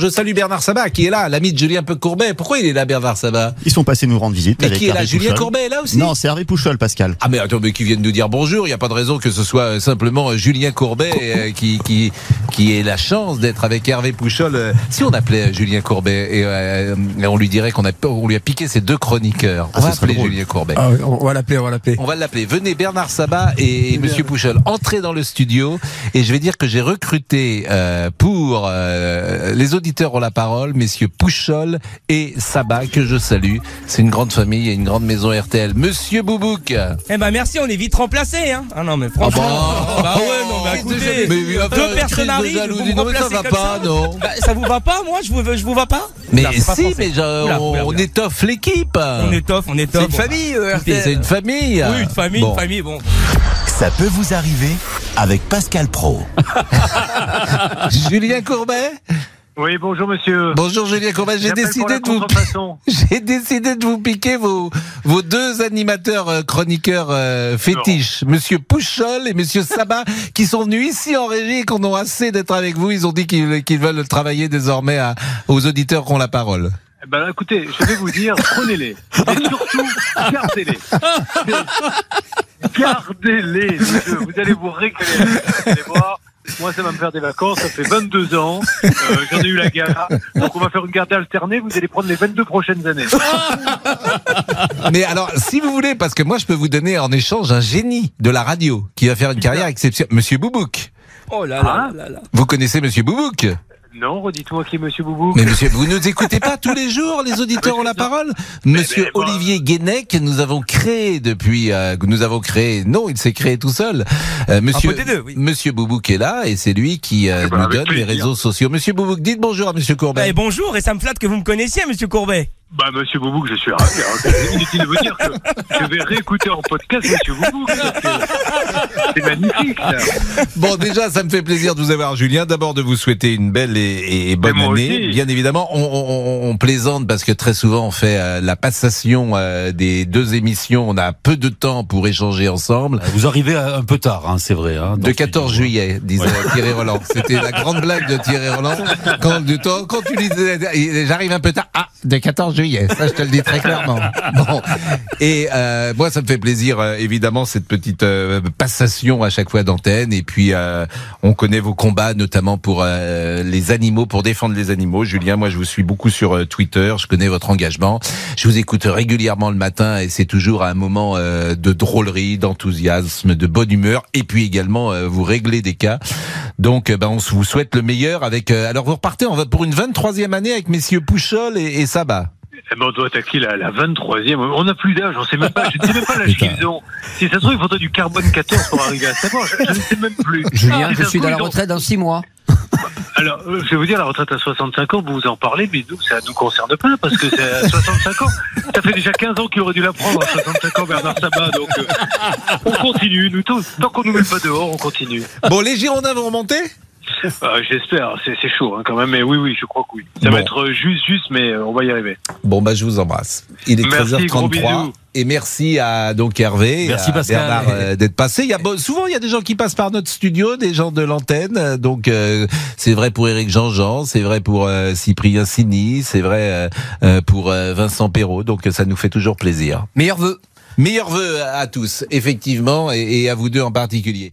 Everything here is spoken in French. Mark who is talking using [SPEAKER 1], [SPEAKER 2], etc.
[SPEAKER 1] je salue Bernard Sabat qui est là, l'ami de Julien Courbet. Pourquoi il est là, Bernard Sabat
[SPEAKER 2] Ils sont passés nous rendre visite.
[SPEAKER 1] Mais
[SPEAKER 2] avec
[SPEAKER 1] qui est là
[SPEAKER 2] Hervé
[SPEAKER 1] Julien
[SPEAKER 2] Pouchol.
[SPEAKER 1] Courbet est là aussi
[SPEAKER 2] Non, c'est Harry Pouchol, Pascal.
[SPEAKER 1] Ah mais attends, mais qui viennent nous dire bonjour, il n'y a pas de raison que ce soit euh, simplement euh, Julien Courbet euh, qui, qui, qui ait la chance d'être avec Hervé Pouchol. Euh, Si on appelait euh, Julien Courbet et, euh, et on lui dirait qu'on a, on lui a piqué ses deux chroniqueurs, on
[SPEAKER 2] Ah,
[SPEAKER 1] va
[SPEAKER 2] ce serait
[SPEAKER 1] appeler
[SPEAKER 2] drôle.
[SPEAKER 1] Julien Courbet.
[SPEAKER 3] Ah oui, on va l'appeler, on va l'appeler.
[SPEAKER 1] On va l'appeler. Venez Bernard Sabat et Monsieur Pouchol. Entrez dans le studio et je vais dire que j'ai recruté euh, pour euh, les auditeurs ont la parole, messieurs Pouchol et Sabat que je salue. C'est une grande famille et une grande maison RTL. Monsieur Boubouk.
[SPEAKER 4] Eh ben merci, on est vite remplacés. Hein. Ah non mais franchement. bah ouais, non mais écoutez,
[SPEAKER 1] Ah Mais, euh,
[SPEAKER 4] deux personnes
[SPEAKER 1] crise de
[SPEAKER 4] arrivent,
[SPEAKER 1] jalousie.
[SPEAKER 4] vous vous
[SPEAKER 1] Non, mais ça
[SPEAKER 4] remplacez
[SPEAKER 1] va
[SPEAKER 4] comme
[SPEAKER 1] pas,
[SPEAKER 4] ça
[SPEAKER 1] non.
[SPEAKER 4] Bah, ça vous va pas
[SPEAKER 1] Ah.
[SPEAKER 4] moi Je vous je vous va pas
[SPEAKER 1] Mais
[SPEAKER 4] Oula, c'est pas
[SPEAKER 1] si,
[SPEAKER 4] français.
[SPEAKER 1] mais genre,
[SPEAKER 4] Oula,
[SPEAKER 1] on,
[SPEAKER 4] oula, oula.
[SPEAKER 1] étoffe l'équipe.
[SPEAKER 4] On est tough, on est tough.
[SPEAKER 1] C'est une famille, euh,
[SPEAKER 4] Écoutez,
[SPEAKER 1] C'est une famille.
[SPEAKER 4] Oui, une famille,
[SPEAKER 1] Bon.
[SPEAKER 4] une famille, bon.
[SPEAKER 5] Ça peut vous arriver avec Pascal Pro.
[SPEAKER 1] Julien Courbet.
[SPEAKER 6] Oui, bonjour monsieur.
[SPEAKER 1] Bonjour Julien Courbet. J'ai
[SPEAKER 6] J'appelle pour
[SPEAKER 1] décidé
[SPEAKER 6] la
[SPEAKER 1] de vous.
[SPEAKER 6] contrefaçon.
[SPEAKER 1] J'ai décidé de vous piquer vos, vos deux animateurs euh, chroniqueurs euh, fétiches, Monsieur Pouchol et Monsieur Sabat, qui sont venus ici en régie et qu'on a assez d'être avec vous. Ils ont dit qu'ils qu'ils veulent travailler désormais à- aux auditeurs qui ont la parole.
[SPEAKER 6] Eh Ben, écoutez, je vais vous dire, prenez-les.
[SPEAKER 1] Oh
[SPEAKER 6] Et surtout, gardez-les. Gardez-les, messieurs. Vous allez vous régaler. Vous allez voir. Moi, ça va me faire des vacances. Ça fait 22 ans. Euh, J'en ai eu la gare. Donc, on va faire une garde alternée. Vous allez prendre les 22 prochaines années.
[SPEAKER 1] Mais alors, si vous voulez, parce que moi, je peux vous donner en échange un génie de la radio qui va faire une carrière exceptionnelle. Monsieur Boubouk.
[SPEAKER 4] Oh là là
[SPEAKER 6] Ah.
[SPEAKER 4] là là.
[SPEAKER 1] Vous connaissez Monsieur Boubouk
[SPEAKER 6] Non, redites-moi qui est monsieur Boubou.
[SPEAKER 1] Mais monsieur, vous nous écoutez pas tous les jours, les auditeurs ont la parole. Monsieur
[SPEAKER 6] mais Eh ben, moi-
[SPEAKER 1] Olivier Guénec, nous avons créé depuis, euh, que nous avons créé, non, il s'est créé tout seul. Euh, monsieur,
[SPEAKER 4] côté d'eux, oui.
[SPEAKER 1] monsieur Boubouk est là et c'est lui qui euh,
[SPEAKER 6] Eh ben,
[SPEAKER 1] nous
[SPEAKER 6] avec
[SPEAKER 1] donne les
[SPEAKER 6] plaisir.
[SPEAKER 1] réseaux sociaux. Monsieur Boubouk, dites bonjour à monsieur
[SPEAKER 4] Bah, et
[SPEAKER 1] Courbet.
[SPEAKER 4] bonjour et ça me flatte que vous me connaissiez monsieur Courbet.
[SPEAKER 6] Bah, monsieur Boubou, je suis ravi. hein. C'est inutile de vous dire que je vais réécouter en podcast monsieur Boubou. C'est magnifique, ça.
[SPEAKER 1] Bon, déjà, ça me fait plaisir de vous avoir, Julien. D'abord, de vous souhaiter une belle et, et bonne
[SPEAKER 6] Mais Eh, moi
[SPEAKER 1] année.
[SPEAKER 6] aussi.
[SPEAKER 1] Bien évidemment, on, on- on- on plaisante parce que très souvent, on fait euh, la passation euh, des deux émissions. On a peu de temps pour échanger ensemble.
[SPEAKER 7] Euh, Vous arrivez à- un peu tard, hein, c'est vrai. hein, dans
[SPEAKER 1] De
[SPEAKER 7] ce
[SPEAKER 1] 14
[SPEAKER 7] studio.
[SPEAKER 1] juillet, disait Thierry Roland. C'était la grande blague de Thierry Roland. Quand, du temps, quand tu disais, j'arrive un peu tard. Ah, de 14 juillet. Ça, je te le dis très clairement. Bon. Et euh, moi, ça me fait plaisir, euh, évidemment, cette petite euh, passation à chaque fois d'antenne. Et puis, euh, on connaît vos combats, notamment pour euh, les animaux, pour défendre les animaux. Julien, moi, je vous suis beaucoup sur euh, Twitter. Je connais votre engagement. Je vous écoute régulièrement le matin et c'est toujours un moment euh, de drôlerie, d'enthousiasme, de bonne humeur et puis également euh, vous réglez des cas. Donc euh, ben, on vous souhaite le meilleur avec euh, alors vous repartez on va pour une 23e année avec messieurs Pouchol et, et Sabat.
[SPEAKER 6] Eh ben, on doit attaquer la, la 23e. On n'a plus d'âge, on sait même pas, je ne sais même pas l'âge qu'ils ont. Si ça se trouve, ils faudrait du carbone 14 pour arriver à savoir, je, je ne sais même plus.
[SPEAKER 1] Ah,
[SPEAKER 8] Julien,
[SPEAKER 6] Si
[SPEAKER 8] je
[SPEAKER 6] ça se
[SPEAKER 8] suis
[SPEAKER 6] trouve,
[SPEAKER 8] dans la
[SPEAKER 6] ils ont-
[SPEAKER 8] retraite dans six mois.
[SPEAKER 6] Alors, euh, je vais vous dire, la retraite à 65 ans, vous vous en parlez, mais nous, ça nous concerne pas, parce que c'est à 65 ans. Ça fait déjà 15 ans qu'il aurait dû la prendre, à 65 ans, Bernard Sabat, donc, euh, on continue, nous, tous. tant qu'on nous met pas dehors, on continue.
[SPEAKER 1] Bon les Girondins vont remonter
[SPEAKER 6] Euh, J'espère, c'est c'est chaud, hein, quand même, mais oui, oui, je crois que oui. Ça
[SPEAKER 1] Bon.
[SPEAKER 6] va être euh, juste, juste, mais euh, on va y arriver.
[SPEAKER 1] Bon bah je vous embrasse. Il est
[SPEAKER 6] Merci,
[SPEAKER 1] 13h33
[SPEAKER 6] gros bisous.
[SPEAKER 1] et merci à donc Hervé
[SPEAKER 7] Merci,
[SPEAKER 1] à
[SPEAKER 7] Pascal.
[SPEAKER 1] Bernard euh, d'être passé. Il y a bon, souvent il y a des gens qui passent par notre studio, des gens de l'antenne. euh, Donc euh, c'est vrai pour Éric Jean-Jean, c'est vrai pour euh, Cyprien Sini, c'est vrai euh, euh, pour euh, Vincent Perrault. Donc euh, ça nous fait toujours plaisir.
[SPEAKER 8] Meilleur vœu.
[SPEAKER 1] Meilleurs vœux à à tous effectivement et et à vous deux en particulier.